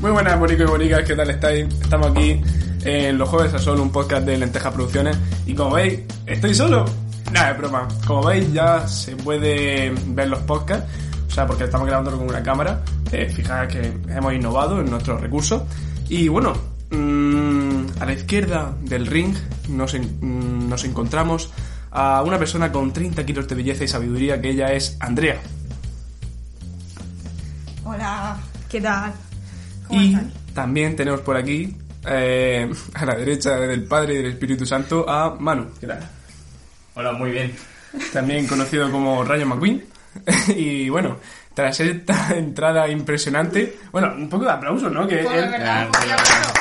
Muy buenas, boricos y boricas, ¿qué tal estáis? Estamos aquí en Los Jueves a Sol, un podcast de Lenteja Producciones. Y como veis, ¿estoy solo? Nada, es broma. Como veis, ya se puede ver los podcasts, o sea, porque estamos grabando con una cámara. Eh, fijaos que hemos innovado en nuestros recursos. Y bueno, mm, a la izquierda del ring nos, en- mm, nos encontramos a una persona con 30 kilos de belleza y sabiduría, que ella es Andrea. Hola, ¿qué tal? ¿Cómo Y están? también tenemos por aquí, eh, a la derecha del Padre y del Espíritu Santo, a Manu, que era Hola, muy bien. también conocido como Rayo McQueen. y bueno, tras esta entrada impresionante, bueno, un poco de aplauso, ¿no? Que Pues, él- ¿verdad? Ah, Pues, bueno. claro.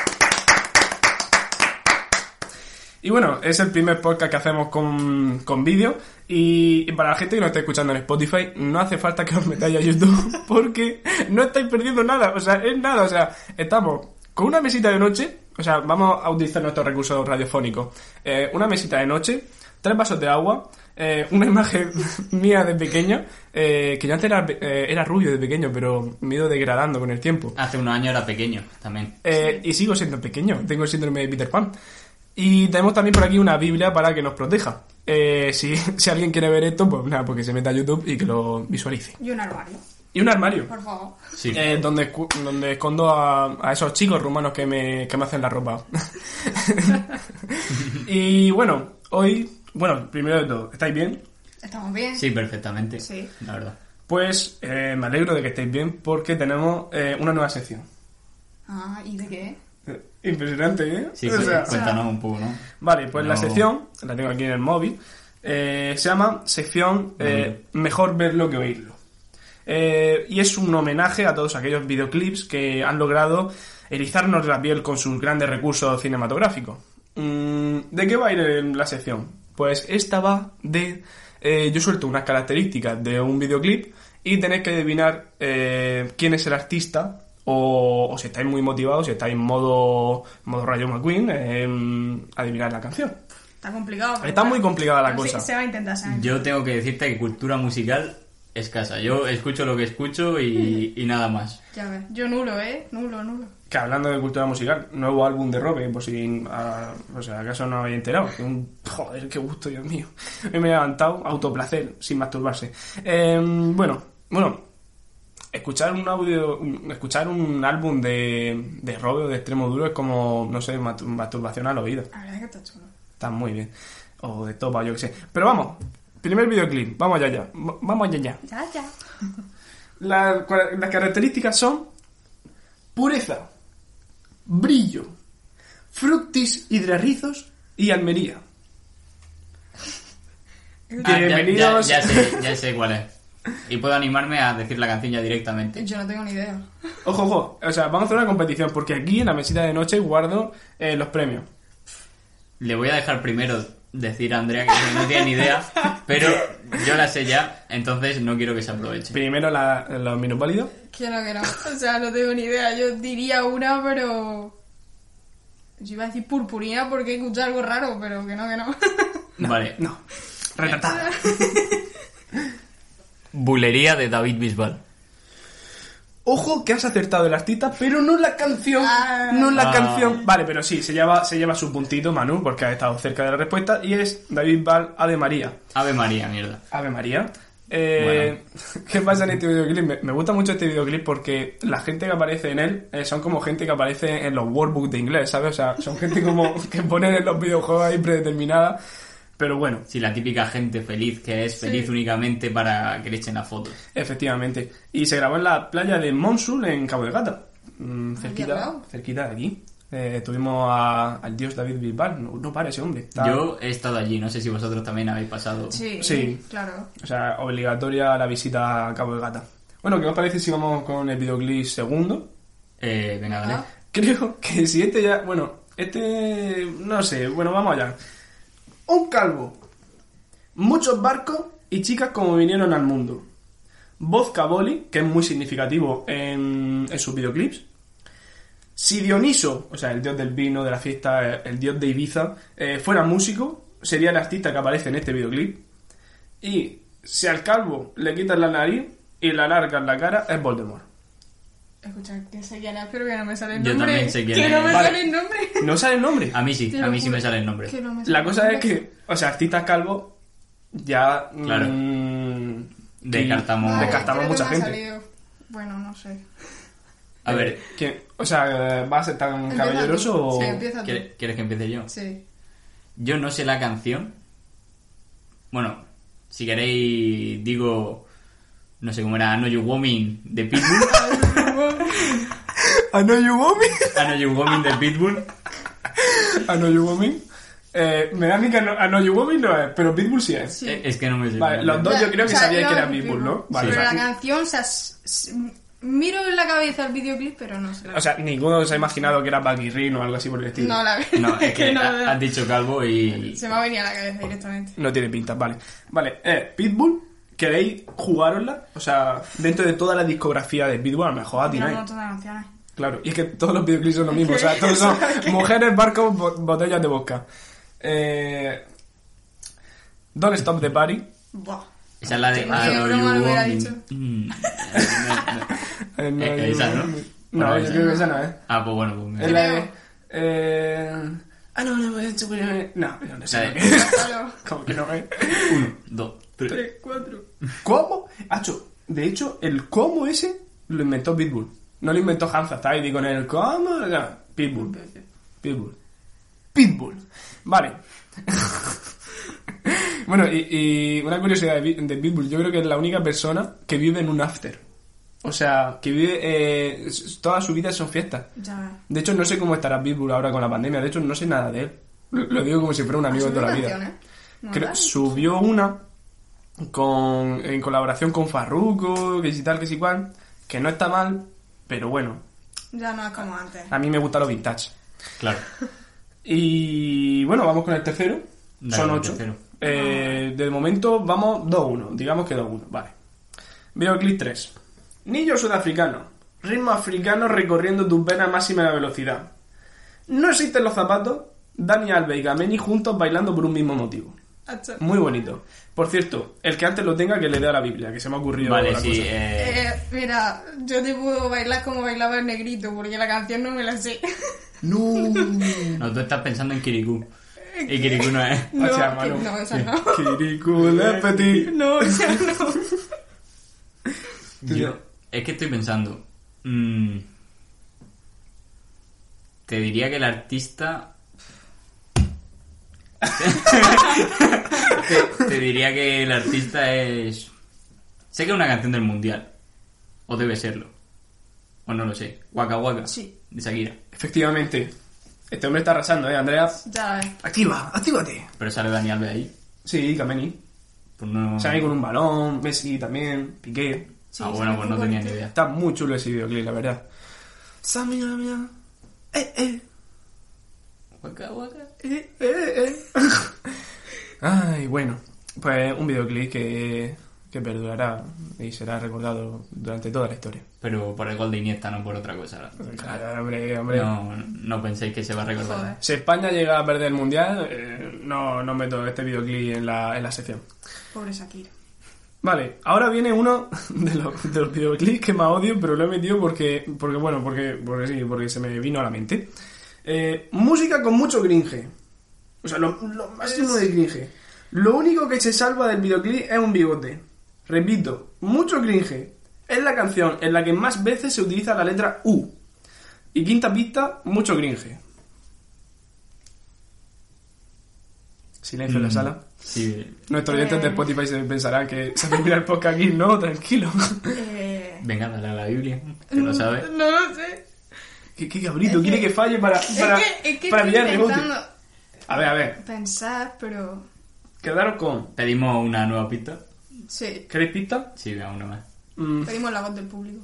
Y bueno, es el primer podcast que hacemos con, con vídeo. Y para la gente que nos esté escuchando en Spotify, no hace falta que os metáis a YouTube porque no estáis perdiendo nada. O sea, es nada. O sea, estamos con una mesita de noche. O sea, vamos a utilizar nuestros recursos radiofónicos. Eh, una mesita de noche, tres vasos de agua, eh, una imagen mía de pequeño, eh, que yo antes era, eh, era rubio de pequeño, pero me he ido degradando con el tiempo. Hace unos años era pequeño también. Eh, Y sigo siendo pequeño, tengo el síndrome de Peter Pan. Y tenemos también por aquí una Biblia para que nos proteja. Eh, si, si alguien quiere ver esto, pues nada, porque se meta a YouTube y que lo visualice. Y un armario, Y un armario, por favor. Sí. eh, donde, escu- donde escondo a, a esos chicos rumanos que me, que me hacen la ropa. y bueno, hoy, bueno, primero de todo, ¿estáis bien? ¿Estamos bien? Sí, perfectamente. Sí. La verdad. Pues eh, me alegro de que estéis bien porque tenemos eh, una nueva sección. Ah, ¿y de qué? Eh, Impresionante, ¿eh? Sí, O pues, sea- cuéntanos un poco, ¿no? Vale, pues la No. sección, la tengo aquí en el móvil, eh, se llama sección eh, Mejor verlo que oírlo. Eh, y es un homenaje a todos aquellos videoclips que han logrado erizarnos la piel con sus grandes recursos cinematográficos. Mm, ¿De qué va a ir eh, la sección? Pues esta va de... eh, yo suelto unas características de un videoclip y tenéis que adivinar eh, quién es el artista o, o si estáis muy motivados, si estáis en modo, modo Rayo McQueen, eh, adivinar la canción. Está complicado. pero Está muy complicada la Sí, cosa. Se va a intentar, se va a intentar. Yo tengo que decirte que cultura musical escasa. Yo escucho lo que escucho y, y nada más. Ya ves. Yo nulo, ¿eh? Nulo, nulo. Que hablando de cultura musical, nuevo álbum de Robe, por si ah, o sea, acaso no habéis enterado. Que un- joder, qué gusto, Dios mío. Hoy me he levantado, autoplacer, sin masturbarse. Eh, bueno, bueno, escuchar un audio, un- escuchar un álbum de, de Robe o de Extremo Duro es como, no sé, matu- masturbación al oído. La verdad es que está chulo. Está muy bien. O de topa, yo qué sé. Pero vamos, primer videoclip, vamos allá, ya. Va- Vamos allá, ya. Ya, ya. La- cua- las características son pureza, brillo, fructis hidrarrizos y almería. Ah, ya- Bienvenidos. Ya, ya sé, ya sé cuál es. Y puedo animarme a decir la canción ya directamente. Yo no tengo ni idea. Ojo, ojo. O sea, vamos a hacer una competición porque aquí en la mesita de noche guardo eh, los premios. Le voy a dejar primero decir a Andrea que no tiene ni idea, pero yo la sé ya, entonces no quiero que se aproveche. Primero la, los minusválidos. Que no, que no. O sea, no tengo ni idea. Yo diría una, pero... Yo iba a decir purpurina porque he escuchado algo raro, pero que no, que no. Vale. No. Retratada. Bulería de David Bisbal. Ojo que has acertado el artista, pero no la canción. Ah. no la Ah. canción. Vale, pero sí, se lleva, se lleva su puntito, Manu, porque ha estado cerca de la respuesta. Y es David Val Ave María. Ave María, mierda. Ave María. Eh, ¿Qué pasa en este videoclip? Me, me gusta mucho este videoclip porque la gente que aparece en él eh, son como gente que aparece en los workbooks de inglés, ¿sabes? O sea, son gente como que ponen en los videojuegos ahí predeterminada. Pero bueno, Sí, la típica gente feliz que es feliz únicamente para que le echen la foto. efectivamente. Y se grabó en la playa de Monsul en Cabo de Gata. Mm, Ahí al cerquita, lado. cerquita de aquí. Eh, tuvimos a- al dios David Bisbal. No, no para ese hombre. Está- Yo he estado allí, no sé si vosotros también habéis pasado. Sí. Sí. Claro. O sea, obligatoria la visita a Cabo de Gata. Bueno, ¿qué os parece si vamos con el videoclip segundo? Eh, venga, dale. Ah. Creo que si este ya. Bueno, este. No sé, bueno, vamos allá. Un calvo. Muchos barcos y chicas como vinieron al mundo. Voz Caboli, que es muy significativo en, en sus videoclips. Si Dioniso, o sea, el dios del vino, de la fiesta, eh, el dios de Ibiza, eh, fuera músico, sería el artista que aparece en este videoclip. Y si al calvo le quitas la nariz y la larga en la cara es Voldemort. Escucha, que sé quién es, pero que no me sale el Yo nombre. también sé quién que no es. me Vale. sale el nombre. No sale el nombre. A mí sí, Te a lo mí sí juro, me sale el nombre. que no me sale La el cosa es nombre. que, o sea, artistas calvos ya... Claro. mm, Descartamos- y- Vale, Descartamos creo que mucha me ha gente. salido. Bueno, no sé. A ver, ¿Quién? O sea, ¿va a ser tan Empieza caballeroso tú. o...? Sí, empieza tú. ¿quiere- ¿quieres que empiece yo? Sí. Yo no sé la canción. Bueno, si queréis, digo. No sé cómo era, I Know You Woman de Pitbull. I know you want me. I Know You Woman de Pitbull. I know you want me. Eh, me da a mí que I know you want me no es, pero Pitbull sí es. Sí. Eh, Es que no me sé. Vale, los dos yo creo que O sea, sabía yo que era lo Pitbull, ¿no? digo. Vale, pero o sea, la canción, o sea, s- s- miro en la cabeza el videoclip, pero no sé. la- O sea, ninguno se ha imaginado que era Baggy o algo así por el estilo. no, la verdad No, es que no, ha- has dicho calvo y. se me ha venido a la cabeza directamente. No tiene pinta, vale. Vale, eh, Pitbull, ¿queréis jugárosla? O sea, dentro de toda la discografía de Pitbull, a ¿eh? lo mejor Tiene un atináis. montón de canciones. Claro, y es que todos los videoclips son lo Es mismo. O sea, que- todos son ¿sabes qué? mujeres, barcos, bo- botellas de vodka. Eh, Don't Stop the Party. Eh, Buah. Esa es la de I Que no, que Know broma You lo hubiera Want Me. dicho. Mm, no, no. Eh, Eh, esa, ¿no? No, Bueno, yo esa. creo que esa no es. Ah, pues bueno, pues Es mira. la Creo. de... Eh... Ah, no, no, no, no, no, no, no sé. La de- Pásalo. ¿Cómo que no ¿eh? es? Uno, dos, tres. Tres, cuatro. ¿Cómo? Hacho, de hecho, el cómo ese lo inventó Pitbull. No lo inventó Hansa Tidy con el cómo. no, Pitbull. Pitbull. Pitbull. Vale. bueno, y, y una curiosidad de, Pit- de Pitbull. Yo creo que es la única persona que vive en un after. O sea, que vive... eh, s- toda su vida son fiestas. Ya. De hecho, no sé cómo estará Pitbull ahora con la pandemia. De hecho, no sé nada de él. Lo lo digo como si fuera un amigo de ¿Has toda la subido vida. Ah, canciones? No, Creo- ¿verdad? subió una con, en colaboración con Farruko, que si tal, que si cual, que no está mal, pero bueno, Ya no es como antes. a mí me gusta lo vintage. Claro. Y bueno, vamos con el tercero, Dale, son el ocho. tercero. Eh, de momento vamos 2-1, digamos que 2-1, vale. Videoclip 3. Niño sudafricano, ritmo africano recorriendo tus venas a máxima velocidad. No existen los zapatos, Dani Alves y Gameni juntos bailando por un mismo motivo. Hacha. Muy bonito. Por cierto, el que antes lo tenga que le dé a la Biblia, que se me ha ocurrido Vale, la sí. cosa. eh, Eh, mira, yo te puedo bailar como bailaba el negrito, porque la canción no me la sé. No. No, tú estás pensando en Kirikou. Y Kirikou no es. No, Hacia que- mano. no, esa no. Kirikou le petit. No, esa no. Tú Yo, no. es que estoy pensando. mm, te diría que el artista. te, te diría que el artista es. Sé que es una canción del mundial. O debe serlo. O no lo sé. Waka Waka. Sí. De Shakira. Efectivamente. Este hombre está arrasando, ¿eh, Andrea? Ya ves. Activa, actívate. Pero sale Dani Alves ahí. Sí, Kameni. Pues no. Sale con un balón, Messi también, Piqué. Sí, ah, sí, bueno, pues no fue tenía ni bonito. idea. Está muy chulo ese videoclip, la verdad. Sami, mira, mira. Eh, eh, Waka Waka. eh, eh, eh. Ay, bueno. Pues un videoclip que, que perdurará y será recordado durante toda la historia. Pero por el gol de Iniesta, no por otra cosa. Pues Claro, hombre, hombre. No, no penséis que se va a recordar. Joder. Si España llega a perder el mundial, eh, no, no meto este videoclip en la, en la sección. Pobre Shakira. Vale, ahora viene uno de los, de los videoclips que más odio, pero lo he metido porque, porque bueno, porque, porque sí, porque se me vino a la mente. Eh, música con mucho gringe. O sea, lo, lo máximo de gringe. Lo único que se salva del videoclip es un bigote. Repito, mucho gringe. Es la canción en la que más veces se utiliza la letra U. Y quinta pista, mucho gringe. Silencio en la Mm, sala. Sí, Nuestros oyentes de Eh. Spotify se pensarán que se termina el podcast aquí. No, tranquilo. Eh, Venga, dale a la Biblia, que lo sabes. No lo sé. ¿Qué, qué cabrito? ¿Quiere que falle para, para, es que, es que para estoy pillar el rebote? intentando A ver, a ver. pensar, pero... Quedaros con... Pedimos una nueva pista. Sí, ¿Queréis pista? Sí, venga, una más. Mm, pedimos la voz del público.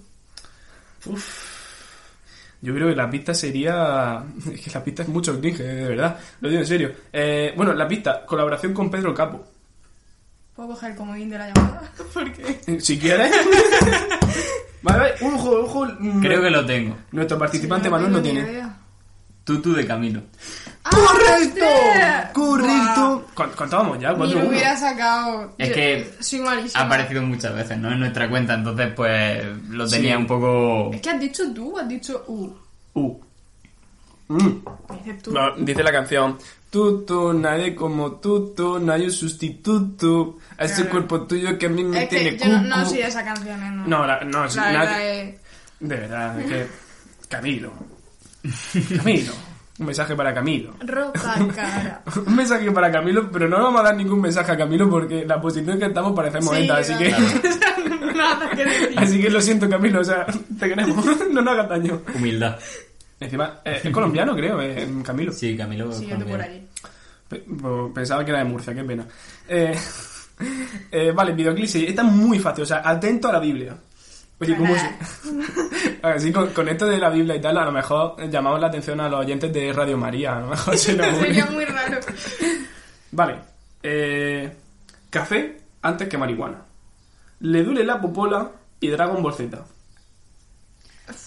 yo creo que la pista sería... Es que la pista es mucho cringe, eh, de verdad. Lo digo en serio. Eh, bueno, la pista. Colaboración con Pedro Capo. ¿Puedo coger el comodín de la llamada? Porque... Eh, Si quieres. vale, vale. Ojo, ojo. Creo que lo tengo. mm, Nuestro participante no Manuel no tengo ni tiene. idea. Tutu de Camilo. ¡Ah, ¡Correcto! hostia! ¡Correcto! ¿Cu- ¿Cuánto vamos ya? ¡Ah, Ni ¿Cuánto lo uno? hubiera sacado. Es Yo- que Soy malísimo. Ha aparecido muchas veces, ¿no? En nuestra cuenta, entonces pues lo Sí. tenía un poco... Es que has dicho tú, has dicho U. Uh. Mm. Dices tú. No, dice la canción. Tutu, nadie como tutu, nadie sustituto. A ese Claro. cuerpo tuyo que a mí me es tiene que yo no, cucu". no soy de esa canción, ¿eh? No, No, la- no, sí, La eh. nadie- verdad es- De verdad, es que. Camilo. Camilo. Un mensaje para Camilo. Roca cara. Un mensaje para Camilo, pero no le vamos a dar ningún mensaje a Camilo porque la posición que estamos parece momenta, así que. que. Nada que decir. Así que lo siento, Camilo, o sea, te queremos, no nos hagas daño. Humildad. Encima, eh, es colombiano, creo, eh, Camilo. Sí, Camilo. pues, Sí, yo también. por allí. Pe- bo- Pensaba que era de Murcia, qué pena. Eh, eh, vale, videoclip, sí, está muy fácil, o sea, atento a la Biblia. Oye, ¿cómo Para- se- A ver, sí, con, con esto de la Biblia y tal, a lo mejor eh, llamamos la atención a los oyentes de Radio María, a lo mejor se nos Sería une. muy raro. Vale, eh, café antes que marihuana. Le dure la popola y Dragon Ball Z.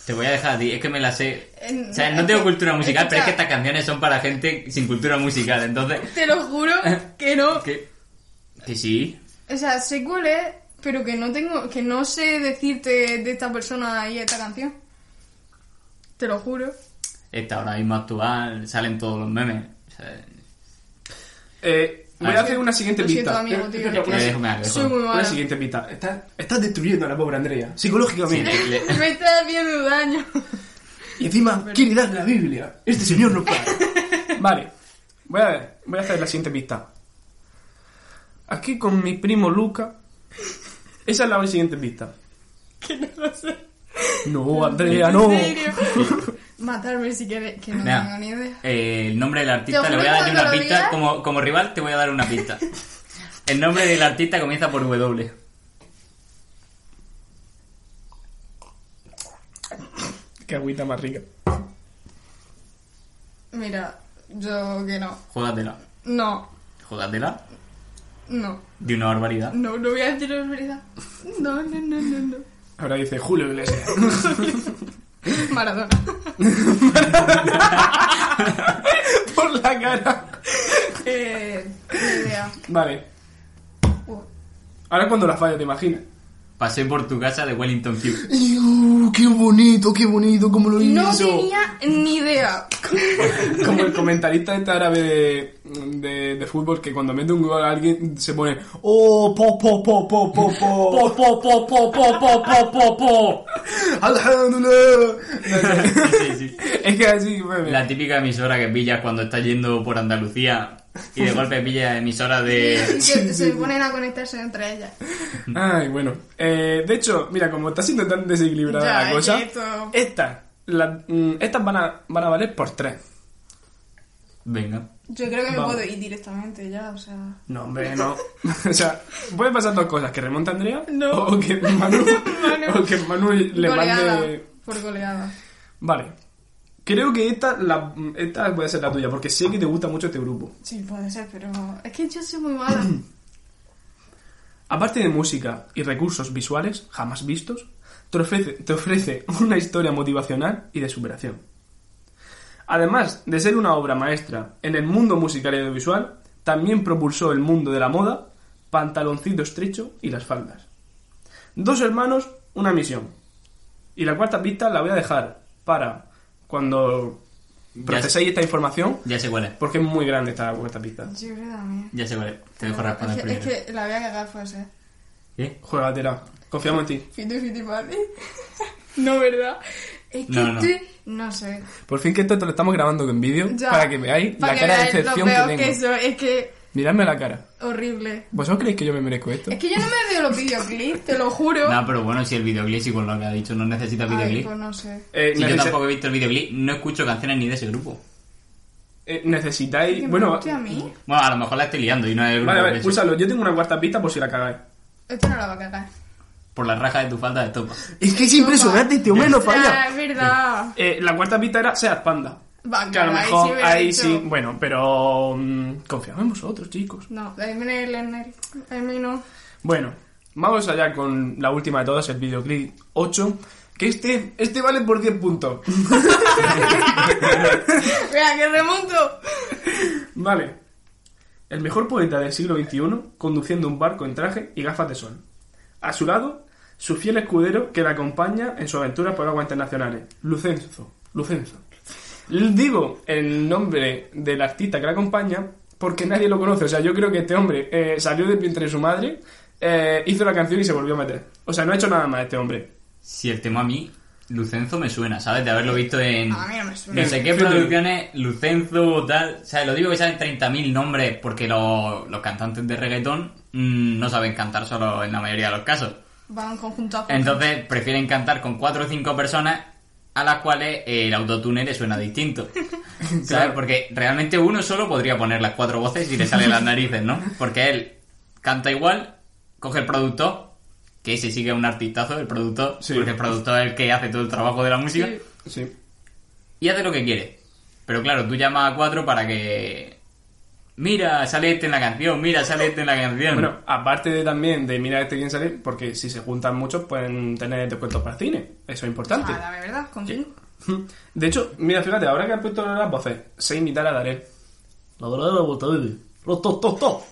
Te voy a dejar a ti, es que me la sé. En- O sea, no es tengo que- cultura musical, pero es que escucha. estas canciones son para gente sin cultura musical, entonces. Te lo juro que no. Que, que sí. O sea, sé cuál es, pero que no tengo. Que no sé decirte de esta persona y esta canción. Te lo juro. Esta ahora mismo actual, salen todos los memes. O sea, Eh, voy Ah, a hacer una siguiente Lo siento, pista. amigo, tío. Una- que una- me dejo, me la dejo. Soy muy Una mala. siguiente pista. Estás estás destruyendo a la pobre Andrea, Sí, psicológicamente. le- le- Me está haciendo daño. Y encima quiere dar la Biblia. Este señor no para. vale. Voy a ver. Voy a hacer la siguiente pista. Aquí con mi primo Luca. Esa es la siguiente pista. Que no lo sé. No, Oh, Andrea, no. ¿En serio? Matarme si quieres, que no nada. tengo ni idea. Eh, el nombre del artista, Te le voy a juro que dar yo una cuando lo pista. digas- Como, como rival, te voy a dar una pista. El nombre del artista comienza por W. Qué agüita más rica. Mira, yo que no. Jódatela. No, Jódatela. no. De una barbaridad. No, no voy a decir la verdad. No, no, no, no, no. Ahora dice Julio Iglesias. Maradona. Por la cara. Eh, ni idea. Vale. Uh, Ahora cuando la falla, ¿te imaginas? Pasé por tu casa de Wellington Q. oh, ¡Qué bonito, qué bonito! como lo No tenía ni idea. Como el comentarista este árabe de, de, de fútbol que cuando mete un gol a alguien se pone ¡Oh, po, po, po, po, po, po! Po, po, po, po, po, po, po, po, po. ¡Alhamdulillah! Sí, sí. es que así, bueno, La típica emisora que pillas cuando estás yendo por Andalucía y de golpe pillas emisora de... Y que se ponen a conectarse entre ellas. Ay, bueno. Eh, de hecho, mira, como está siendo tan desequilibrada Ya, la es cosa, que esto- estas, la- mm, estas van a, van a valer por tres. Venga. Yo creo que me Vamos. puedo ir directamente ya, o sea. No, hombre, no. o sea, pueden pasar dos cosas, que remonta Andrea No. o que Manu, Manu. o que Manu le goleada. mande... Por goleada. Vale. Creo que esta, la, esta puede ser la tuya, porque sé que te gusta mucho este grupo. Sí, puede ser, pero. Es que yo soy muy mala. Aparte de música y recursos visuales jamás vistos, te ofrece, te ofrece una historia motivacional y de superación. Además de ser una obra maestra en el mundo musical y audiovisual, también propulsó el mundo de la moda, pantaloncito estrecho y las faldas. Dos hermanos, una misión. Y la cuarta pista la voy a dejar para cuando proceséis esta información, Ya sé cuál es. porque es muy grande esta cuarta pista. Yo creo también. Ya sé cuál es. Te dejo responder Ah, Es que, primero. es que la voy a cagar, pues, eh. ¿Qué? Juégatela, confiamos en ti. Fiti Fiti Pati. No, ¿verdad? Es que No, no. estoy- no sé. Por fin que esto te lo estamos grabando en vídeo Ya. para que veáis Para la que cara de veáis lo excepción que peor tengo. soy. Es que Miradme a la cara. horrible. ¿Vosotros creéis que yo me merezco esto? Es que yo no me veo los videoclips, te lo juro. No, pero bueno, si el videoclip, si con lo que ha dicho no necesita Ay, videoclip. pues no sé. Eh, Si yo necesi- tampoco he visto el videoclip, no escucho canciones ni de ese grupo. eh, Que necesitáis. me Bueno, guste a mí. Bueno, a lo mejor la estoy liando y no es el grupo vale, que vale, es. púsalo. Yo tengo una cuarta pista por si la cagáis. Esto no la va a cagar. Por la raja de tu falta de topa. Es que es impresionante, este hombre no Ah, es verdad. Eh, la cuarta pista era Seas Panda. Va, que a lo caray, mejor sí me lo he ahí dicho. sí. Bueno, pero. mm, confiamos en vosotros, chicos. No, de ahí viene el Ernest. A mí no. Bueno, vamos allá con la última de todas, el videoclip 8. Que este, este vale por 10 puntos. Mira, que remonto. Vale. El mejor poeta del siglo XXI conduciendo un barco en traje y gafas de sol. A su lado, su fiel escudero que la acompaña en su aventura por aguas internacionales, Lucenzo. Lucenzo. L- Digo el nombre del artista que la acompaña porque nadie lo conoce. O sea, yo creo que este hombre eh, salió del vientre de su madre, eh, hizo la canción y se volvió a meter. O sea, no ha hecho nada más este hombre. Si el tema a mí, Lucenzo me suena, ¿sabes? De haberlo visto en. A mí no me suena. No sé qué Fíjate. producciones, Lucenzo, tal. O sea, lo digo que saben 30.000 nombres porque los, los cantantes de reggaetón mm, no saben cantar solo en la mayoría de los casos. Van conjuntos. Entonces prefieren cantar con cuatro o cinco personas a las cuales el autotune le suena distinto. ¿Sabes? Claro. Porque realmente uno solo podría poner las cuatro voces y le salen las narices, ¿no? Porque él canta igual, coge el productor, que ese sí que es un artistazo, el productor, Sí. porque el productor es el que hace todo el trabajo de la música, Sí. Sí. y hace lo que quiere. Pero claro, tú llamas a cuatro para que... Mira, sale este en la canción, mira, sale este en la canción. Bueno, aparte de, también de mirar este quién sale, porque si se juntan muchos pueden tener descuentos para el cine. Eso es importante. Ah, la verdad, con cinco. De hecho, mira, fíjate, ahora que has puesto las voces, sé imitar a Darel. La dorada de la botadilla. Los tos, tos, tos.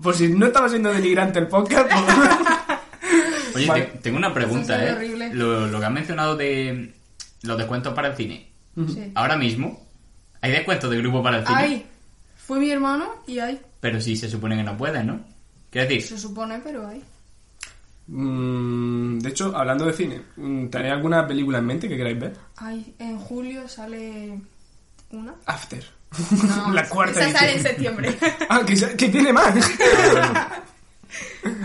Por si no estaba siendo denigrante el podcast. pues- Oye, Vale. te- tengo una pregunta, Eso ¿eh? es horrible. Lo, lo que has mencionado de los descuentos para el cine. Sí. Ahora mismo, hay descuentos de grupo para el cine. Ahí. Fue mi hermano y ahí. Pero sí se supone que no puedes, ¿no? Quiero decir, Se supone, pero ahí. Mm, de hecho, hablando de cine, mm, ¿tenéis alguna película en mente que queráis ver? Ahí. En julio sale. ¿Una? After. No, la cuarta. Esa sale en edición. septiembre. Ah, que, sa- que tiene más.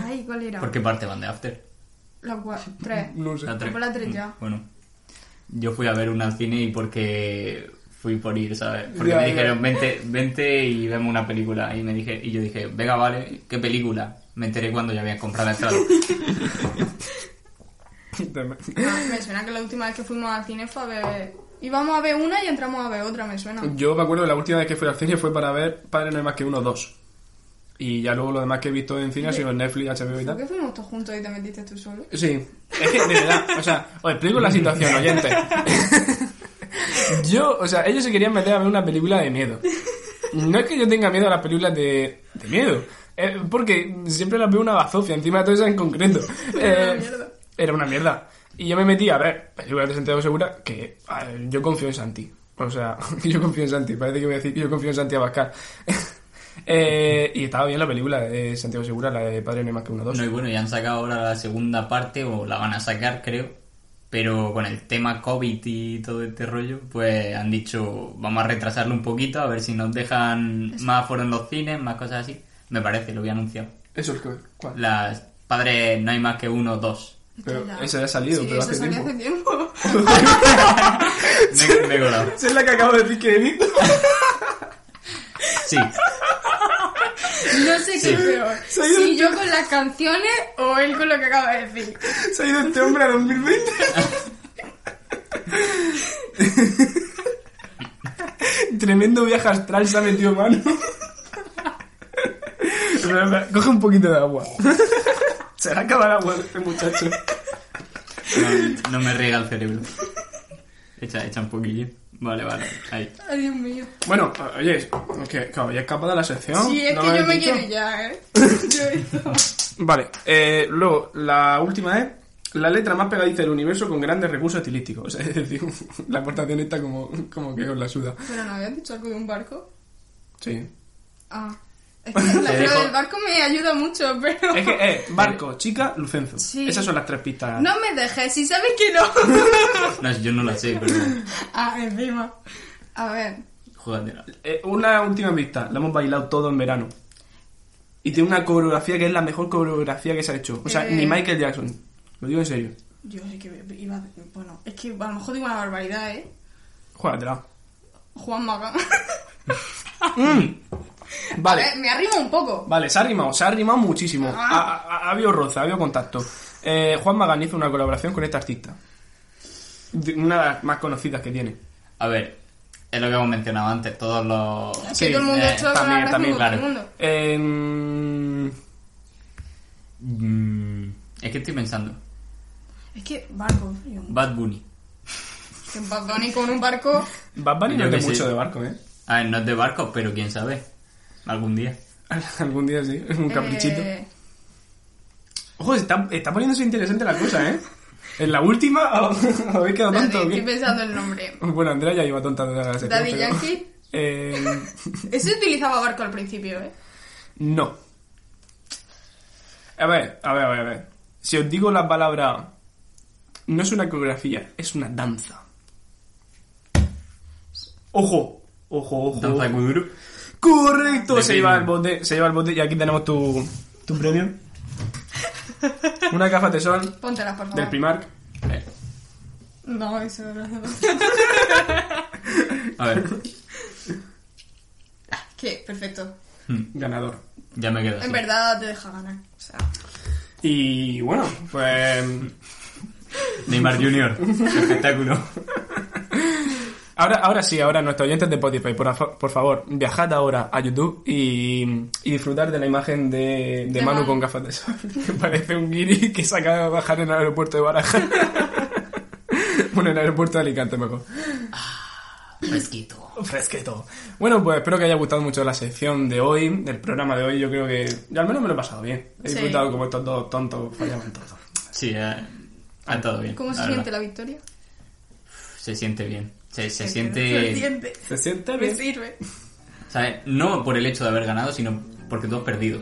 Ay, ¿cuál era? ¿por qué parte van de After? La cua- Tres. no sé. La tres. Fue la tres ya. Bueno, yo fui a ver una al cine y porque fui por ir, ¿sabes? Porque Ya, me ya. dijeron, vente, vente y vemos una película. Y, me dije, y yo dije, venga, vale, ¿qué película? Me enteré cuando ya había comprado la entrada. Mm. Ah, me suena que la última vez que fuimos al cine fue a ver. Íbamos a ver una y entramos a ver otra, me suena. Yo me acuerdo que la última vez que fui al cine fue para ver Padre No hay más que uno dos. Y ya luego lo demás que he visto en cine ha sido en Netflix, HBO y ¿Por tal. qué fuimos todos juntos y te metiste tú solo? Sí, es que de verdad, o sea, os explico la situación, oyente. Yo, o sea, ellos se querían meter a ver una película de miedo. No es que yo tenga miedo a las películas de, de miedo, eh, porque siempre las veo una bazofia, encima de todo esa en concreto. Era una Eh, mierda. era una mierda. Y yo me metí a ver películas de Santiago Segura que a ver, yo confío en Santi. O sea, yo confío en Santi, parece que voy a decir que yo confío en Santi Abascal. Eh, y estaba bien la película de Santiago Segura, la de Padre No hay más que uno dos. No, y bueno, ya han sacado ahora la segunda parte, o la van a sacar, creo. Pero con el tema COVID y todo este rollo, pues han dicho, vamos a retrasarlo un poquito, a ver si nos dejan más fueron los cines, más cosas así. Me parece, lo voy a anunciar. Eso es que... ¿cuál? Las padres, no hay más que uno, dos. Pero Esta esa ya ha salido, sí, pero esa hace salió tiempo. hace tiempo. Me, me he colado. Esa es la que acabo de decir que he visto. Sí, No sé Sí. qué peor. Se ha ido Si yo con las canciones o él con lo que acaba de decir. Se ha ido este hombre a 2020. Tremendo viaje astral se ha metido mano. Espera, espera, Coge un poquito de agua. Se le acaba el agua a este muchacho. no, no me riega el cerebro. Echa, echa un poquillo. Vale, vale, ahí. Ay, Dios mío. Bueno, oye, es que, que había escapado de la sección. Sí, es ¿no que yo habéis me dicho? quiero ya, ¿eh? Yo esto. Vale, eh, luego, la última es la letra más pegadiza del universo con grandes recursos estilísticos. O sea, es decir, la aportación está como, como que os la suda. Pero no habías dicho algo de un barco. Sí. Ah. Es que la Te prueba dejo. del barco me ayuda mucho, pero. Es que, eh, barco, chica, Lucenzo. Sí. Esas son las tres pistas. No me dejes, si sabes que no. No, yo no la sé, pero... ah, encima. A ver. Jódatela. Eh, una última pista, la hemos bailado todo en verano. Y tiene una coreografía que es la mejor coreografía que se ha hecho. O sea, Eh. ni Michael Jackson. Lo digo en serio. Yo sé que iba. Bueno, es que a lo mejor digo una barbaridad, ¿eh? Juégatela. Juan Magán. Vale. A ver, Eh, me arrimo un poco. Vale, se ha arrimado, se ha arrimado muchísimo. Ha, Ah. ha- ha habido roce, ha habido contacto. Eh, Juan Magán hizo una colaboración con este artista. De- Una de las más conocidas que tiene. A ver, es lo que hemos mencionado antes, todos los... Sí, todo el mundo eh, ha hecho también, la también, todo el claro. mundo. Em, Mm, es que estoy pensando. Es que barco, tío. Bad Bunny. Que Bad Bunny con un barco. Bad Bunny no Yo es que de sí. mucho de barco, ¿eh? A ver, no es de barcos, pero quién sabe. Algún día. Algún día sí, un caprichito. eh, Ojo, está, está poniéndose interesante la cosa, ¿eh? En la última habéis quedado espérate, tonto. o estoy qué? pensando el nombre. Bueno, Andrea ya iba tonta de la sección, Daddy pero- Yankee. Eh, Ese utilizaba barco al principio, ¿eh? no. A ver, a ver, a ver, a ver. Si os digo la palabra... No es una coreografía, es una danza. Ojo, ojo, ojo. Danza de Kuduro. Correcto, De se lleva Kidman. el bote, se lleva el bote y aquí tenemos tu, tu premio. Una gafa de sol Póntelas, por favor. del Primark. Eh, No, eso no. A ver, que, Ah, perfecto. Ganador. Hmm, ya me quedo. así. En verdad te deja ganar. O sea, Y bueno, pues... Neymar Junior. Espectáculo. Ahora, ahora sí, ahora nuestros oyentes de Spotify, por, afa- por favor, viajad ahora a YouTube y, y disfrutar de la imagen de, de De Manu Manu. con gafas de sol, que parece un guiri que se acaba de bajar en el aeropuerto de Baraja. bueno, en el aeropuerto de Alicante mejor. Fresquito. Fresqueto. Bueno, pues espero que haya gustado mucho la sección de hoy, del programa de hoy. Yo creo que yo al menos me lo he pasado bien. He Sí. disfrutado como estos dos tontos fallaban todo. Sí, ha, ha estado bien. ¿cómo se la siente verdad. la victoria? Se siente bien. Se, se Se siente... siente. ¿Se siente Me bien? sirve. ¿sabes? No por el hecho de haber ganado, sino porque tú has perdido.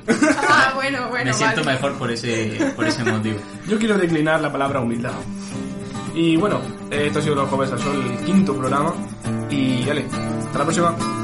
Ah, bueno, bueno, me siento vale. mejor por ese, por ese motivo. Yo quiero declinar la palabra humildad. Y bueno, eh, esto ha sido Los Jóvenes al Sol, el quinto programa. Y dale, hasta la próxima.